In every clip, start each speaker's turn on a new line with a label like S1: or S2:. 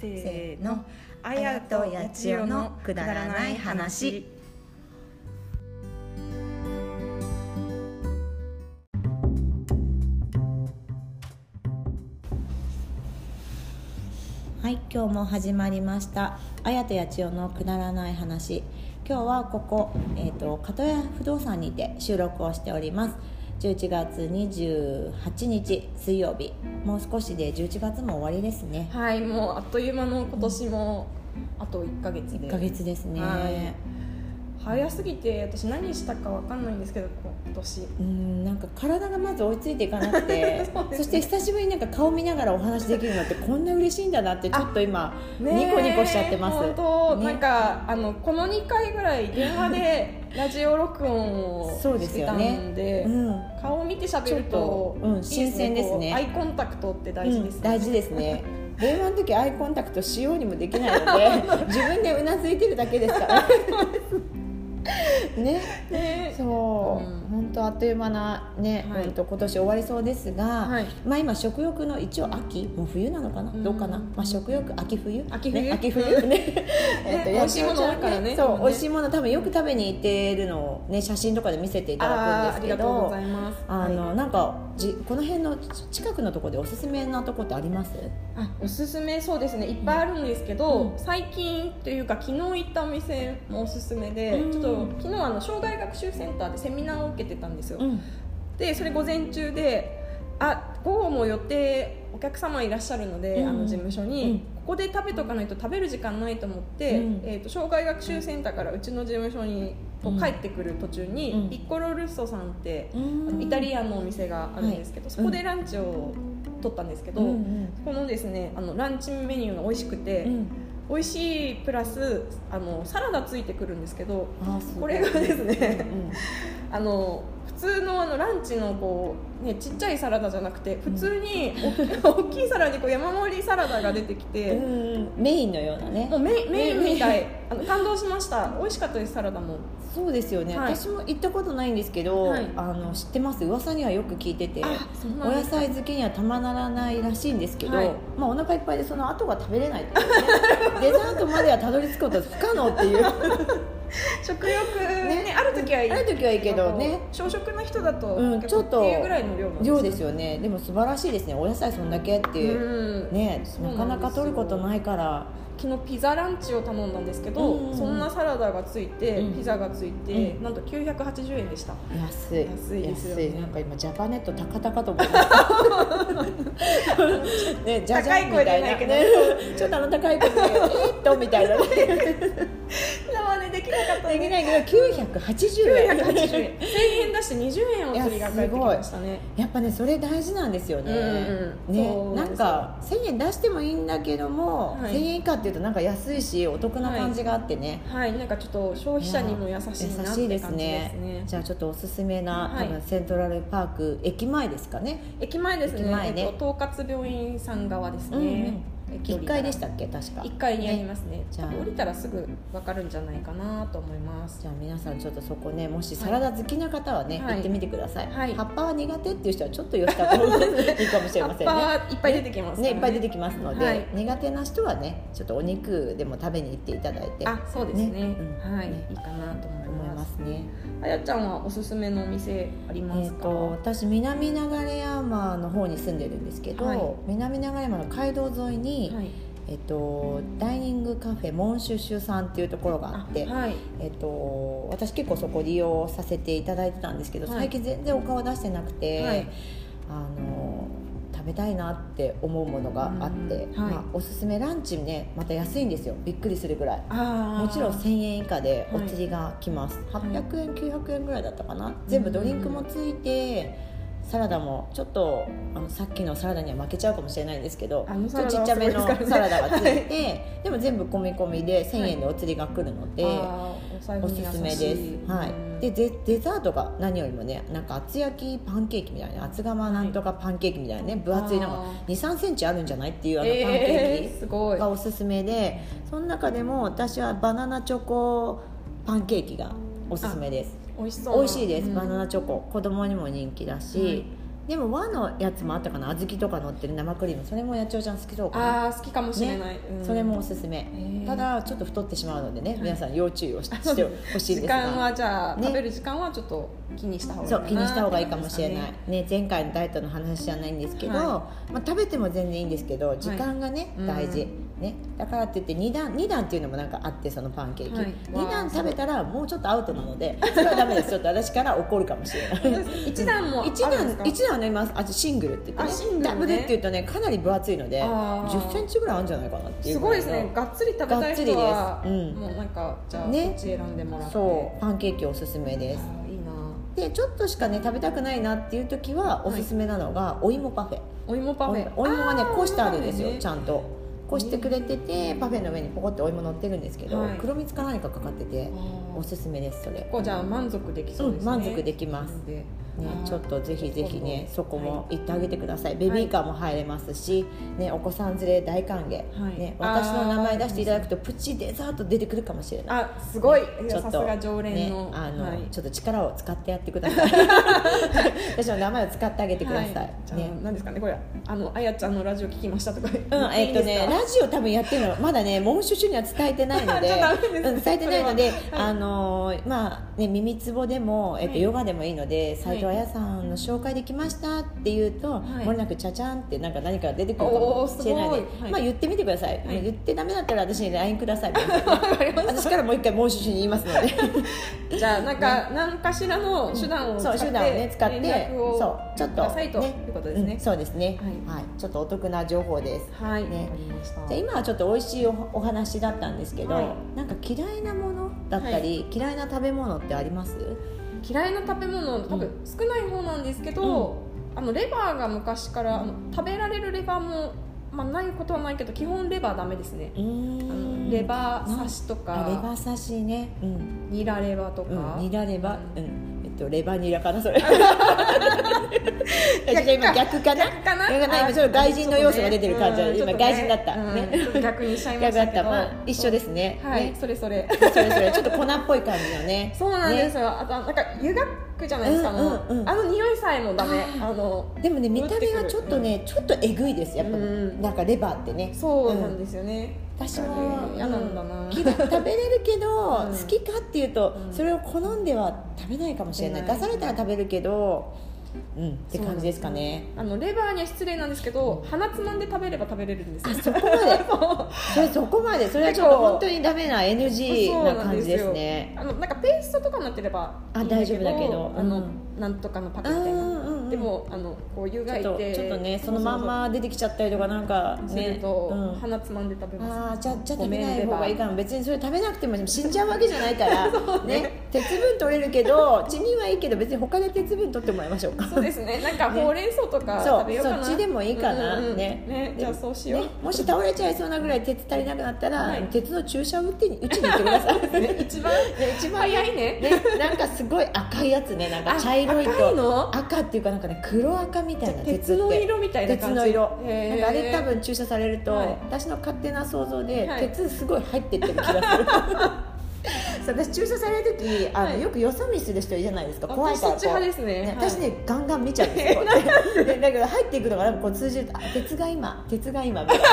S1: せ
S2: せ
S1: ー
S2: ーの
S1: のあやとやちよのくだらない話
S2: はい今日も始まりました「あやとやちよのくだらない話」今日はここ、えー、と片屋不動産にて収録をしております11月28日水曜日もう少しで11月も終わりですね
S1: はいもうあっという間の今年もあと1ヶ月で
S2: 1ヶ月ですね、
S1: はい早すぎて私何したかわかんないんですけど今年
S2: うんなんか体がまず追いついていかなく て
S1: そうですね
S2: そして久しぶりになんか顔見ながらお話できるのってこんな嬉しいんだなってちょっと今、
S1: ねえ
S2: ニコニコしちゃってます
S1: 本当、
S2: ね
S1: なんかあのこの2回ぐらい電話でラジオ録音を
S2: そうで
S1: し
S2: す
S1: て
S2: よ
S1: た
S2: ね
S1: んで
S2: うん、
S1: 顔を見て喋る
S2: ちょ
S1: と
S2: っとうん新鮮ですね
S1: こうアイコンタクトって大事です、
S2: うん大事です ね電話の時アイコンタクトしようにもできないの で自分でうなずいてるだけですから ね
S1: ね
S2: そう
S1: うん
S2: 本当、あっという間なね、
S1: はい
S2: うんと今年終わりそうですが、
S1: はい
S2: まあ今食欲の一応秋もう冬なのかな、
S1: うん
S2: どうかな、まあ、食欲秋冬
S1: 秋冬
S2: ね秋冬 ねえっと
S1: 美味しいもの多いからね
S2: そう
S1: 多分ね
S2: 美味しいもの多分よく食べに行ってるのをね写真とかで見せていた
S1: あ
S2: だ
S1: ーあ
S2: くん
S1: り
S2: ですけ
S1: がとうご
S2: ど
S1: ざいます
S2: あの、
S1: はい
S2: なんかじこの辺のち近くのところでおすすめなとこってあります
S1: あおすすめそうですねいっぱいあるんですけど、
S2: うん
S1: 最近というか昨日行ったお店もおすすめで、
S2: うん
S1: ちょっと昨日あの障害学習センターでセミナーを受けてたんですよ、
S2: ん
S1: でそれ午前中であ午後も予定お客様いらっしゃるので、
S2: うん
S1: あの事務所
S2: うん
S1: に、ここで食べとかないと食べる時間ないと思って、
S2: うん
S1: えー、と障害学習センターからうちの事務所にと
S2: うん
S1: 帰ってくる途中に、
S2: うん
S1: ピッコロルッソさんって、あのイ
S2: イ
S1: タリアのお店があるんですけど、
S2: はい
S1: そこでランチを取ったんですけど、
S2: うんうん
S1: このですねあのランチメニューが美味しくて、
S2: うん
S1: 美味しいプラスあのサラダついてくるんですけど
S2: あーすご
S1: こ
S2: い
S1: れがですね
S2: うん
S1: あの普通のあのランチのこう、ね、ちっちゃいサラダじゃなくて普通に 大き大きいサラダにこう山盛りサラダが出てきて、
S2: うんメインのようなね
S1: もうメインメイン
S2: メイン
S1: みたいあの感動しました美味しかったですサラダも
S2: そうですよね、
S1: はい
S2: 私も行ったことないんですけど、
S1: はい
S2: あの知ってます噂にはよく聞いてて
S1: そん
S2: お
S1: なんで
S2: 野
S1: す
S2: 菜漬けにはたまならないらしいんですけど、
S1: はい
S2: まあ、お腹いっぱいでその後が食べれないっていうね デザートまではたどり着くことは不可能っていう
S1: 食欲ね
S2: ね
S1: ある時はいい
S2: ある時はいいけどね
S1: 小食な人だと、
S2: うん
S1: 結構
S2: ちょっと
S1: っていうぐらいの量なん
S2: 量です
S1: よ
S2: よねでも素晴らしいですねお野菜そんだけっていう、
S1: うん
S2: ね
S1: そうなん
S2: な
S1: ですよ
S2: かなか取ることないから
S1: 昨日ピザランチを頼んだんですけど、
S2: うん
S1: そんなサラダがついて、
S2: うん
S1: ピザがついて、
S2: う
S1: なんと980円でした
S2: 安い
S1: 安いですよね
S2: 安いなんか今ジャパネット高々と思い ましたねじゃじゃんみ
S1: 高
S2: たいな
S1: い声出ないけど
S2: ね ちょっとあの高い声で「えーっと」みたいなね
S1: 生でできなかった
S2: できないけど980円
S1: 980円1000円出して20円お釣りが返ってきましたね
S2: やっぱねそれ大事なんですよね、
S1: うんうんそう
S2: ね
S1: な
S2: なんん
S1: ですよ
S2: か1000円出してもいいんだけども、
S1: はい
S2: 1000円以下っていうとなんか安いしお得な感じがあってね、
S1: はいなんかちょっと消費者にも優しいなって感じですね
S2: じゃあちょっとおすすめな、
S1: はい
S2: 多分セントラルパーク駅前ですかね
S1: 駅前ですね
S2: 駅前ね
S1: えっと、統括病院さん側ですね、
S2: うん
S1: 駅降
S2: 1
S1: りたら
S2: 階でしたっけ確か
S1: 一階にありますね
S2: じゃあ
S1: 多分降りたらすぐ分かるんじゃないかなと思います
S2: じゃあ皆さんちょっとそこねもしサラダ好きな方はね、
S1: はい
S2: 行ってみてください、
S1: はい
S2: 葉っぱは苦手っていう人はちょっと寄した方がいいかもしれ
S1: 葉
S2: ま
S1: っ
S2: せん
S1: ぱ
S2: ね
S1: はいっぱい出てきますから
S2: ねいっぱい出てきますので、
S1: はい
S2: 苦手な人はねちょっとお肉でも食べに行っていただいて
S1: あそうですね
S2: ねうん
S1: はい、
S2: ね
S1: いいかなと思い
S2: 思い
S1: ま
S2: ますすね
S1: あやちゃんはおすすめのお店あり
S2: え
S1: ます
S2: ー、
S1: か、
S2: と私南流山の方に住んでるんですけど、
S1: はい
S2: 南流山の街道沿いに、
S1: はい
S2: えっとダイニングカフェモンシュシュさんっていうところがあって
S1: はい
S2: えっと、私結構そこ利用させていただいてたんですけど、
S1: はい
S2: 最近全然お顔出してなくて、
S1: はい
S2: あの食べたいなって思うものがあって、
S1: うんはい
S2: まあ、おすすめランチねまた安いんですよびっくりするぐらい
S1: あー
S2: もちろん1000円以下で
S1: は
S2: お
S1: い
S2: 釣りが来ます、
S1: はい
S2: 800円900円ぐらいだったかな全部ドリンクもついて、サラダもちょっとあのさっきのサラダには負けちゃうかもしれないんですけど
S1: あの
S2: ちょっと
S1: サ
S2: ち
S1: ラ
S2: っ
S1: ダ
S2: ち
S1: は
S2: ゃ
S1: すごいで
S2: めの
S1: すか
S2: サ
S1: らね
S2: ラダがついて、 でも全部込み込みで1000円でお釣りが来るので。
S1: あーお財布
S2: お
S1: に
S2: す
S1: 優しい
S2: すめです。は
S1: うん
S2: い。でデデザートが何よりもね、なんか厚焼きパンケーキみたいな厚釜なんとかパンケーキみたいなね、分厚いなん
S1: あ
S2: か
S1: ー
S2: 2、3センチあるんじゃないっていうあのパンケー
S1: え
S2: キ
S1: ー、すごい
S2: がおすすめで、その中でも私はバナナチョコパンケーキがおすすめです。
S1: 美味しそうな
S2: 美味しいです、
S1: うん
S2: バナナチョコ子供にも人気だし、
S1: はい
S2: でも和のやつもあったかな小豆とか乗ってる生クリームそれも八千代ちゃん好きそうかな
S1: ああ好きかもしれない、
S2: ね
S1: うん
S2: それもおすすめ
S1: ー
S2: ただちょっと太ってしまうのでね皆さん要注意をし
S1: そう
S2: して
S1: です
S2: ほしいん
S1: 時
S2: ですが
S1: 間はじゃあ、
S2: ね
S1: 食べる時間はちょっと気にした方がいい
S2: そ
S1: か
S2: う
S1: な
S2: 気にした方がいいかもしれない
S1: って、
S2: ね、前回のダイエットの話じゃないんですけど、
S1: はい
S2: まあ、食べても全然いいんですけど時間がね、
S1: うん
S2: 大事、ね、だからって言って2段二段っていうのもなんかあってそのパンケーキ、
S1: はい
S2: 2段食べたらもうちょっとアウトなのでそれはダ メですちょっと私から怒るかもしれない
S1: そうです 一段もあるんです
S2: 1
S1: か
S2: 段一段はねますあとシングルって言って、ね
S1: あシングルね
S2: ダブルって言うとねかなり分厚いので1
S1: あー
S2: 0センチぐらいあるんじゃないかなって
S1: 感
S2: い
S1: じ
S2: う
S1: す
S2: ぐ
S1: ごい
S2: ら
S1: で
S2: の
S1: すねがっつり食べたい人
S2: がっ
S1: は、
S2: つりですうん
S1: もうなんかじゃあ、
S2: ね
S1: こっち選んでもらって
S2: そうパンケーキおすすめです
S1: あーいいな
S2: でちょっとしかね食べたくないなっていう時はおすすめなのが、お芋パフェ
S1: お芋パフェ
S2: おお芋がね
S1: あー
S2: こうしてあるんですよ、
S1: お芋
S2: ちゃんとこうしてくれててパフェの上にポコってお芋乗ってるんですけど、
S1: はい
S2: 黒蜜か何かかかってて
S1: パフェねあー
S2: おすすめですそれ
S1: 結構じゃあ満足できそうですね、
S2: うん満足できます
S1: なんでね
S2: ね、ちょっとぜひぜひねそこも行ってあげてください、
S1: い
S2: ベビーカーも入れますし、ね、お子さん連れ大歓迎、
S1: はい
S2: ね、私の名前出していただくとプチデザート出てくるかもしれない
S1: あすごいい
S2: ち
S1: や
S2: ょっ
S1: さ
S2: と
S1: すが常連の,、
S2: ね、あの、
S1: はい
S2: ちょっと力を使ってやってください 私の名前を使ってあげてください、
S1: はいじゃあ
S2: ね
S1: 何ですかねこれあのあやちゃんのラジオ聞きましたとか言って
S2: う
S1: い
S2: ん、え
S1: い
S2: っ
S1: んで
S2: と
S1: す
S2: ね、
S1: か
S2: ラジオ多分やってるの、まだね、文書主には伝えてな いので。
S1: じゃあダメですね
S2: うん、伝えてないので、
S1: それははい
S2: あのー、まあ、ね、耳つぼでも、えっと、
S1: はい
S2: ヨガでもいいので、斉藤
S1: はい
S2: 彩さんの紹介できましたって言うと。
S1: はい
S2: もれなく、ちゃちゃんって、なんか、何か出てくるかもしれないの
S1: おーすごいは
S2: で、
S1: い
S2: まあ、言ってみてください。
S1: はい
S2: 言ってダメだったら、私にラインくだ さい。私からもう一回、文書主に言いますので。
S1: じゃあなんか、何かしらの 手段を使
S2: そ
S1: っ
S2: う
S1: て
S2: 手段をね使って
S1: 連絡を
S2: そうちょっ
S1: く
S2: と
S1: ださいということです
S2: う
S1: ね
S2: ん。そうですね、は、
S1: はい
S2: ちょっとお得な情報です。
S1: はい、
S2: ね
S1: わかりました。
S2: じゃあ今はちょっと美味しいおお話だったんですけど、
S1: は
S2: なんか嫌いなものだったり、嫌いな食べ物ってあります？
S1: 嫌いな食べ物多分少ない方なんですけど、あのレバーが昔からあの食べられるレバーもまあないことはないけど基本レバーダメですね。あのレバー刺しと
S2: あレバ
S1: か
S2: ー刺しね、うん、
S1: ニラレバと
S2: う
S1: か、
S2: ん、ニラレバ、う、
S1: うん
S2: えっとレバニラかなそれ。 えじゃあ今逆かな？
S1: 逆かな
S2: 逆かな今ちょっと外人の要素が出てる感じだね
S1: ちょっと
S2: 今外人だった
S1: うん
S2: ね
S1: ちょっと逆にしちゃいま
S2: 逆
S1: し
S2: だ
S1: た
S2: っ
S1: けど
S2: た、まあ一緒ですね。
S1: はい、
S2: ね
S1: それそれ
S2: それそれちょっと粉っぽい感じのね。
S1: そうなんです
S2: ね。
S1: よ、あとなんか湯がくじゃないですか、
S2: うん
S1: もう
S2: うんうん
S1: あの匂いさえもダメ
S2: あ
S1: あの
S2: でもね見た目がちょっとね、ちょっとえぐいですやっぱ、
S1: うん
S2: なんかレバーってね
S1: そうなんですよね、
S2: 私も
S1: 嫌なんだな、
S2: うんけど 食べれるけど、
S1: うん
S2: 好きかっていうと、
S1: うん
S2: それを好んでは食べないかもしれない
S1: 食べな
S2: 出
S1: い
S2: されたら食べるけどうんって感じですかね
S1: あのレバーには失礼なんですけど鼻つまんで食べれば食べれるんです
S2: あ
S1: よ
S2: そこまでそれそこまでそれはちょっと
S1: 結構
S2: 本当にダメな NG
S1: そうな
S2: な
S1: ん
S2: 感
S1: で
S2: じ
S1: すよ
S2: ですね
S1: あのなんかペーストとかになってれば
S2: あ
S1: いいんだ
S2: 大丈夫だけど
S1: あの、
S2: うん
S1: なんとかのパ
S2: あ
S1: ク
S2: ー
S1: み
S2: う
S1: たいな、
S2: んうん
S1: でもあのこう湯がい
S2: ちょっと
S1: て
S2: ちょっとねそのまんま出てきちゃったりとかなんか
S1: そうそうそうす
S2: ね
S1: ると、
S2: うん
S1: 鼻つまんで食べ
S2: あ
S1: ま
S2: ー
S1: す
S2: じゃじゃ
S1: ご
S2: 食
S1: め
S2: べ
S1: ん
S2: ない
S1: レ
S2: 方
S1: バー
S2: がいいかも別にそれ食べなくても死んじゃうわけじゃないから ね鉄分取れるけど血にはいいけど別に他で鉄分取ってもらいましょうか
S1: そうです ねなんか
S2: ね
S1: ほうれん草とか
S2: そう
S1: 食べようかな、
S2: そっちでもいいかな
S1: うんうんうん
S2: ね
S1: ねじゃあそうしよう、
S2: ねもし倒れちゃいそうなぐらい鉄足りなくなったら、
S1: はい
S2: 鉄の注射を打って打ちに行ってくださ いね
S1: 一番
S2: 一番
S1: 早いね
S2: ねなんかすごい赤いやつねなんか
S1: あ
S2: 茶色いと
S1: 赤いの
S2: 赤っていうかなんかね黒赤みたいな鉄って
S1: 鉄の色みたいな感
S2: 鉄
S1: じ
S2: の色
S1: へー
S2: なんかあれ多分注射されると、
S1: はい
S2: 私の勝手な想像で、
S1: はい
S2: 鉄すごい入ってってる 気がするそう私注射される時あの、
S1: はい
S2: よくよそ見する人いるじゃないですか怖いからこう
S1: 私そっち派ですねはい
S2: 私ねガンガン見ちゃうんですよ、 でだけど入っていくのがなんかこう通じるとあ鉄が今鉄が今みたいな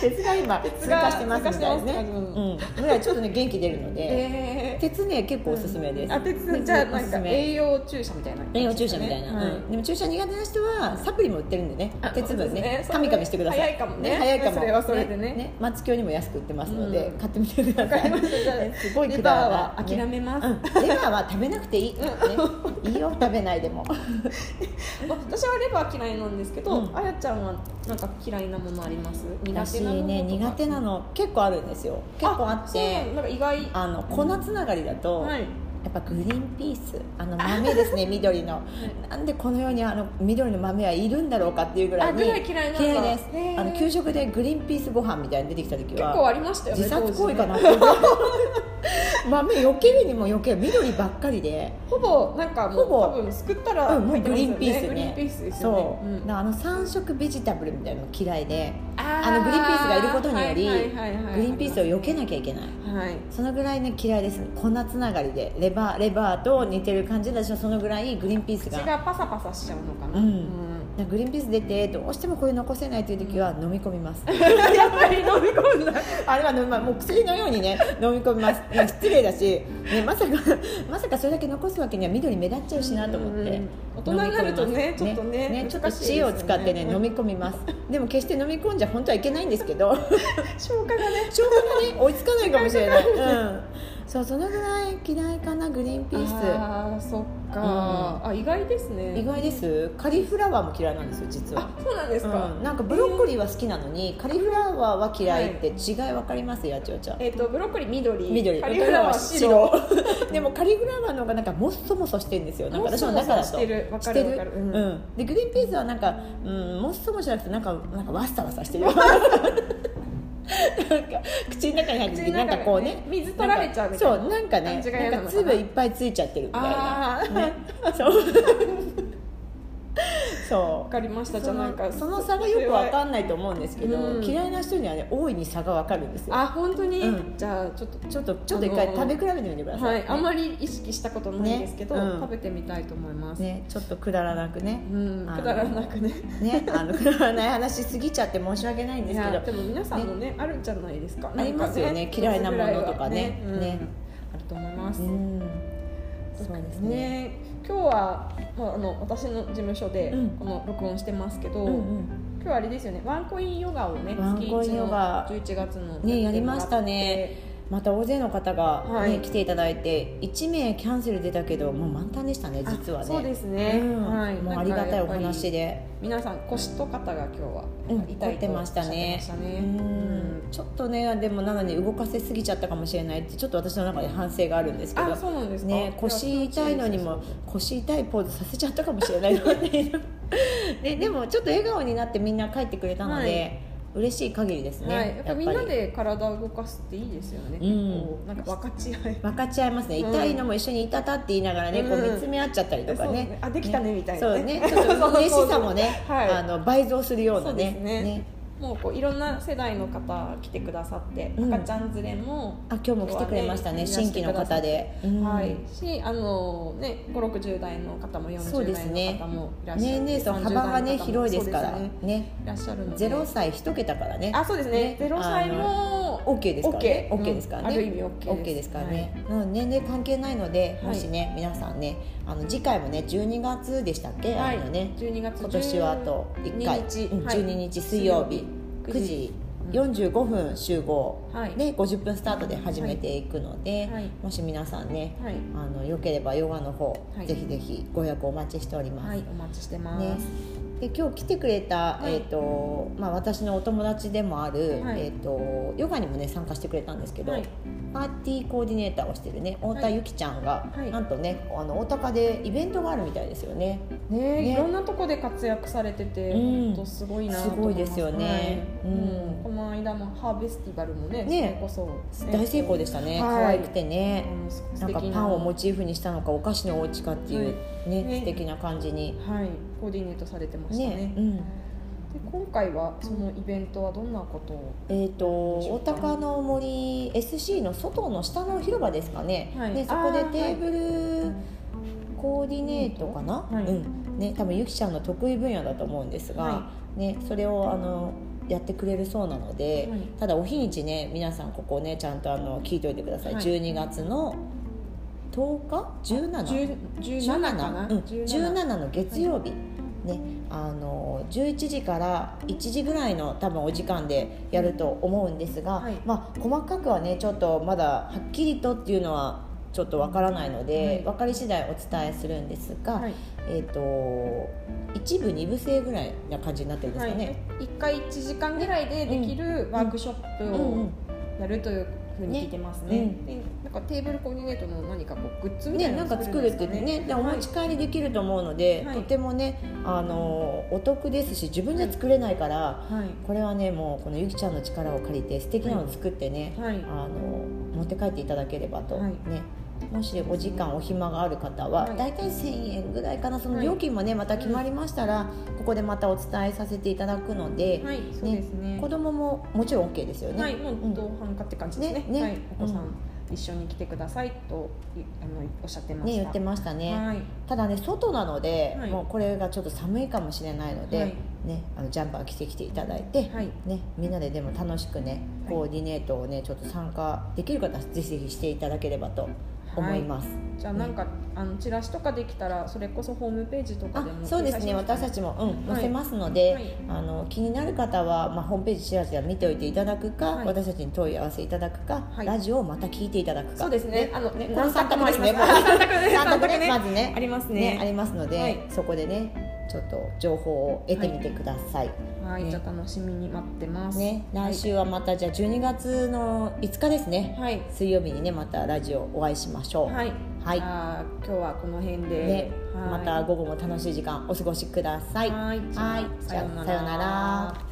S2: 鉄が今通過してますみたいな
S1: 通過してますって
S2: ね
S1: 感じなの
S2: うんぐらいちょっとね元気出るので、
S1: え
S2: 鉄ね結構おすすめです、
S1: あ鉄じゃあ
S2: お
S1: な
S2: す
S1: ん
S2: す
S1: か
S2: め
S1: 栄養注射みたいな感じ
S2: 栄養注
S1: です
S2: 射
S1: か
S2: み
S1: ね
S2: たいな、
S1: はい
S2: うんでも注射苦手な人はサプリも売ってるんでね
S1: あ
S2: 鉄分
S1: そうで
S2: ね
S1: すね
S2: カミカミしてください
S1: 早いかもね
S2: 早いか
S1: そ
S2: も
S1: れはそれでね
S2: 松京にも安く売ってますので、
S1: うん
S2: 買ってみてください
S1: わかりましたじゃあ
S2: ねすごい
S1: レ
S2: く
S1: バ
S2: だ
S1: ー
S2: ら
S1: は
S2: な
S1: 諦めます、
S2: うんレバーは食べなくていい、ね、いいよ食べないでも
S1: まあ 私はレバー嫌いなんですけど、
S2: うん
S1: あやちゃんはなんか嫌いなものあります苦手なものと
S2: 私
S1: か
S2: ね苦手なの結構あるんですよ結構あっ
S1: そう
S2: て
S1: なんか意外
S2: あの粉つながりだと、
S1: はい
S2: やっぱグリーンピースあの豆で すね緑のなんでこの世にあの緑の豆はいるんだろうかっていうぐらいに
S1: あぐらい嫌いなんだ
S2: 嫌いです
S1: へー
S2: あの給食でグリーンピースご飯みたいに出てきた時
S1: 結構あ
S2: は
S1: りましたよね
S2: 自殺行為かな
S1: 当
S2: っ
S1: 時
S2: ていうぐらい 豆よけるにもよける緑ばっかりで
S1: ほぼなんかもう
S2: ほぼ
S1: 多分すくったら
S2: うんもう
S1: 入って
S2: グ
S1: ます
S2: リ
S1: よ
S2: ー
S1: ね
S2: ンピース
S1: グリーンピース
S2: ね
S1: ですよね
S2: そう、
S1: ん
S2: だからあの3色ベジタブルみたいなの嫌いで
S1: あー
S2: あのグリーンピースがいることにより、
S1: はいはいはいはい
S2: グリーンピースを避けなきゃいけない、
S1: はいはい
S2: そのぐらいね嫌いです粉つながりでレバーレバーと似てる感じだしそのぐらいグリーンピース
S1: 口
S2: が
S1: がパサパサしちゃうのかな、
S2: うんグリーンピース出てどうしてもこれ残せないという時は飲み込みます
S1: やっぱり飲み込んだ
S2: あれは飲みまもう薬のように ね飲み込みますまあ失礼だし、ね、まさか まさかそれだけ残すわけには緑目立っちゃうしなと思って、
S1: うん大人になるとねちょっとね
S2: ちょっと
S1: 難しいです
S2: 血
S1: よ
S2: を
S1: ね
S2: 使ってね飲み込みますでも決して飲み込んじゃ本当はいけないんですけ ど
S1: 消化がね
S2: 消化がね追いつかないかもしれない、うん、そうそのぐらい嫌いかなグリーンピー
S1: ああそっか、あ意外です
S2: ス
S1: ね
S2: 意外ですカリフラワーも嫌いなんですよ実は
S1: あそうなんですか、
S2: うん、なんかブロッコリーは好きなのに、カリフラワーは嫌いって違い分かります八千代ちゃん、
S1: えっ、とブロッコリー緑
S2: 緑
S1: カリフラワー 白
S2: カリフラワー白でもカリフラワーの方がなんかもっそもそしてるんですよなんか私の中だと
S1: もっそもそしてるわか
S2: して
S1: るわかる
S2: うんでグリーンピースはなんか、うん、もっそもじゃなくてなんかなんかわっさわさしてるなんか口の中に入ってきて
S1: 口の中に
S2: なんかこうね
S1: 水取られちゃうみたいな
S2: そうなんかね
S1: 感じが嫌な
S2: な
S1: のか
S2: んか
S1: な
S2: 粒いっぱいついちゃってるみたいな
S1: あー
S2: ね、そう そう
S1: わかりましたじゃあなんか
S2: そのその差がよくわ
S1: っ
S2: かんないと思うんですけど、
S1: うん
S2: 嫌いな人にはね大いに差がわかるんですよ
S1: あ本当に、
S2: うん
S1: じゃあちょっと
S2: ちょっとちょっと一回
S1: あの
S2: 食べ比べてみてくださ、
S1: はいい、あまり意識したことないんですけど、
S2: ねうん
S1: 食べてみたいと思います、
S2: ねちょっとくだらなくね
S1: うん
S2: あの
S1: くだらなくね
S2: ねあのくだらない話しすぎちゃって申し訳ないん
S1: い
S2: ですけ
S1: や
S2: ど
S1: でも皆さんのねあるんじゃないですか
S2: ありますよね
S1: んか
S2: 嫌いなものとかね
S1: 夏ぐらいは
S2: ね
S1: うんあると思います、
S2: うんそうですね
S1: ね今日は、まあ、あの私の事務所で
S2: うん
S1: この録音してますけど、
S2: うんうん
S1: 今日はあれですよねワンコインヨガをね
S2: ワン
S1: 月
S2: コイン
S1: 1
S2: ヨ
S1: の
S2: ガ
S1: 11月の
S2: ねやり
S1: てもら
S2: ま
S1: って
S2: したねまた大勢の方が、ね
S1: はい
S2: 来ていただいて1名キャンセル出たけどもう満タンでしたね
S1: あ
S2: 実はね
S1: そうですね、
S2: うん
S1: はい
S2: もうありがたいお
S1: で
S2: 話で
S1: 皆さん腰と肩が今日は
S2: うん
S1: 痛い
S2: 凝ってましたね
S1: おっしゃってましたね
S2: うんちょっとねでもなのに動かせすぎちゃったかもしれないってちょっと私の中で反省があるんですけ
S1: あ
S2: ど
S1: そうなんですか、
S2: ね、腰痛いのにも腰痛いポーズさせちゃったかもしれないと思って いるででもちょっと笑顔になってみんな帰ってくれたので、嬉しい限りですね、
S1: はい、やっぱみんなで体を動かすっていいですよね、
S2: うん
S1: こうなんか分かち合い
S2: 分かち合いますね
S1: うん
S2: 痛いのも一緒にいたたって言いながらね、こ
S1: う
S2: うん見つめ合っちゃったりとか
S1: そう
S2: ね
S1: ねあできたねみたいな
S2: そうね
S1: ね
S2: ちょっと嬉しさも ね、
S1: はい
S2: あの倍増するようなね
S1: そうですねもうこういろんな世代の方来てくださって、
S2: うん
S1: 赤ちゃん連れも
S2: あ今日も来てくれましたね
S1: 今日は
S2: 新規の方で、うん
S1: はい、し、あのね、五六十代の方も四
S2: そう
S1: 十
S2: です
S1: 代
S2: ね
S1: の方もいらっしゃる。
S2: 年齢層
S1: 30
S2: 幅が
S1: 代の方
S2: ね
S1: も
S2: 広いですから
S1: そうね
S2: ね
S1: いらっしゃるので。
S2: ゼロ歳一桁からね
S1: あ、そうです
S2: ね
S1: ね。ゼロ歳も
S2: OK ですからね
S1: OK うん
S2: OK ですからね
S1: ある意味 OK です
S2: OK ですからね、なので年齢関係ないのでもしね皆さんねあの次回もね12月でしたっけ、
S1: はい
S2: あのね
S1: 十二月
S2: 今年はあと1回
S1: 12日
S2: うん
S1: はい
S2: 12日水曜日
S1: 9
S2: 9時45分集合
S1: はい
S2: で50分スタートで始めていくので
S1: はい
S2: もし皆さんね
S1: はい
S2: あのよければヨガの方
S1: はい
S2: ぜひぜひご予約お待ちしております
S1: はい、お待ちしてま
S2: ね
S1: す。、
S2: で今日来てくれた、
S1: はい
S2: えーとまあ、私のお友達でもある、
S1: はい
S2: えー、とヨガにも、ね、参加してくれたんですけど、
S1: はい
S2: パーティーコーディネーターをしてるね太田
S1: はい
S2: 由紀ちゃんが、
S1: はい
S2: なんとねあの大高でイベントがあるみたいですよね。
S1: ね
S2: ね
S1: いろんなとこで活躍されてて、
S2: うん
S1: 本当すごいなと思ます
S2: ごいですよね
S1: はい
S2: うん
S1: うんこの間もハーベスティバルもね、
S2: ね
S1: それこそね
S2: 大成功でしたね、
S1: はい
S2: 可愛くてね、
S1: うん素
S2: なん
S1: 敵
S2: かパンをモチーフにしたのかお菓子のお家かっていう、ね
S1: ね
S2: 素敵な感じに。
S1: はい、コーディネートされてましたね。
S2: ねうん
S1: で今回はそのイベントはどんなことを、
S2: えー、と大高の森 SC の外の下の広場ですかね、
S1: はい
S2: でそこで
S1: あー
S2: テーブルコーディネートかな、
S1: はい
S2: うんね、多分ゆきちゃんの得意分野だと思うんですが、
S1: は
S2: ね、それをあのやってくれるそうなので、
S1: はい
S2: ただお日にちね皆さんここねちゃんとあの聞いておいてください、
S1: はい
S2: 12月の10日17
S1: 10
S2: 17
S1: 17かな、
S2: うん、17の月曜日、ね、あの11時から1時ぐらいの多分お時間でやると思うんですが、
S1: はい
S2: まあ、細かくはねちょっとまだはっきりとっていうのはちょっとわからないので、
S1: はい
S2: 分かり次第お伝えするんですが、
S1: はい
S2: えー、と一部二部制ぐらいな感じになってるんです
S1: はい
S2: かね。
S1: 1回1時間ぐらいでできるワークショップ
S2: うんう
S1: を
S2: ん
S1: やるというふうに聞いてますね
S2: ね
S1: でなんかテーブルコーディネートの何かこうグッズみた
S2: ね、
S1: いな
S2: なん
S1: の
S2: か
S1: を
S2: 作るって
S1: んですか
S2: ね、でお持ち帰りできると思うので、
S1: はい
S2: とてもね、あのお得ですし、自分じゃ作れないから、
S1: はい
S2: これはねもうこのゆきちゃんの力を借りて素敵なのを作ってね、
S1: はい
S2: あの持って帰っていただければと、
S1: はい
S2: ねもしお時間お暇がある方は
S1: はい
S2: 大体1000円ぐらいかなその
S1: はい
S2: 料金もねまた決まりましたらここでまたお伝えさせていただくので
S1: はい、そうですね。
S2: 子供ももちろん OK ですよね。
S1: はい、もう同伴かって感じですね。
S2: ねね
S1: はい、お子さん、
S2: うん
S1: 一緒に来てくださいといあのおっしゃってまし
S2: ね
S1: た。
S2: 言ってましたね。
S1: はい、
S2: ただね外なので、
S1: はい
S2: もうこれがちょっと寒いかもしれないので、
S1: はい
S2: ね、あのジャンパー着てきていただいて、
S1: はい
S2: ね、みんなででも楽しくね
S1: はい
S2: コーディネートをねちょっと参加できる方はぜひぜひしていただければと思います。
S1: じゃあなんか、あのチラシとかできたらそれこそホームページとか
S2: あ
S1: でも
S2: そうですね
S1: 掲載
S2: 私
S1: しま
S2: た
S1: す
S2: ちも、うん、
S1: はい
S2: 載せますので、
S1: はい
S2: あの気になる方は、まあ、ホームページちらちら見ておいていただくか、
S1: はい
S2: 私たちに問い合わせいただくか、
S1: はい
S2: ラジオをまた聞いていただくか
S1: そうですねあの
S2: ね
S1: ね
S2: この三択です ね
S1: この三択
S2: もう
S1: 三
S2: 三
S1: 択
S2: 択
S1: ね
S2: ねまずね
S1: ありますね
S2: ありますので、
S1: はい
S2: そこでねちょっと情報を得てみてください、
S1: はい、
S2: ね
S1: じゃあ楽しみに待ってます。
S2: ね、来週はまたじゃあ12月の5日ですね、
S1: はい、
S2: 水曜日にねまたラジオお会いしましょう
S1: はい、
S2: はい
S1: じゃあ今日はこの辺で、
S2: ね
S1: はい
S2: また午後も楽しい時間お過ごしください
S1: はい
S2: はいじゃあさようなら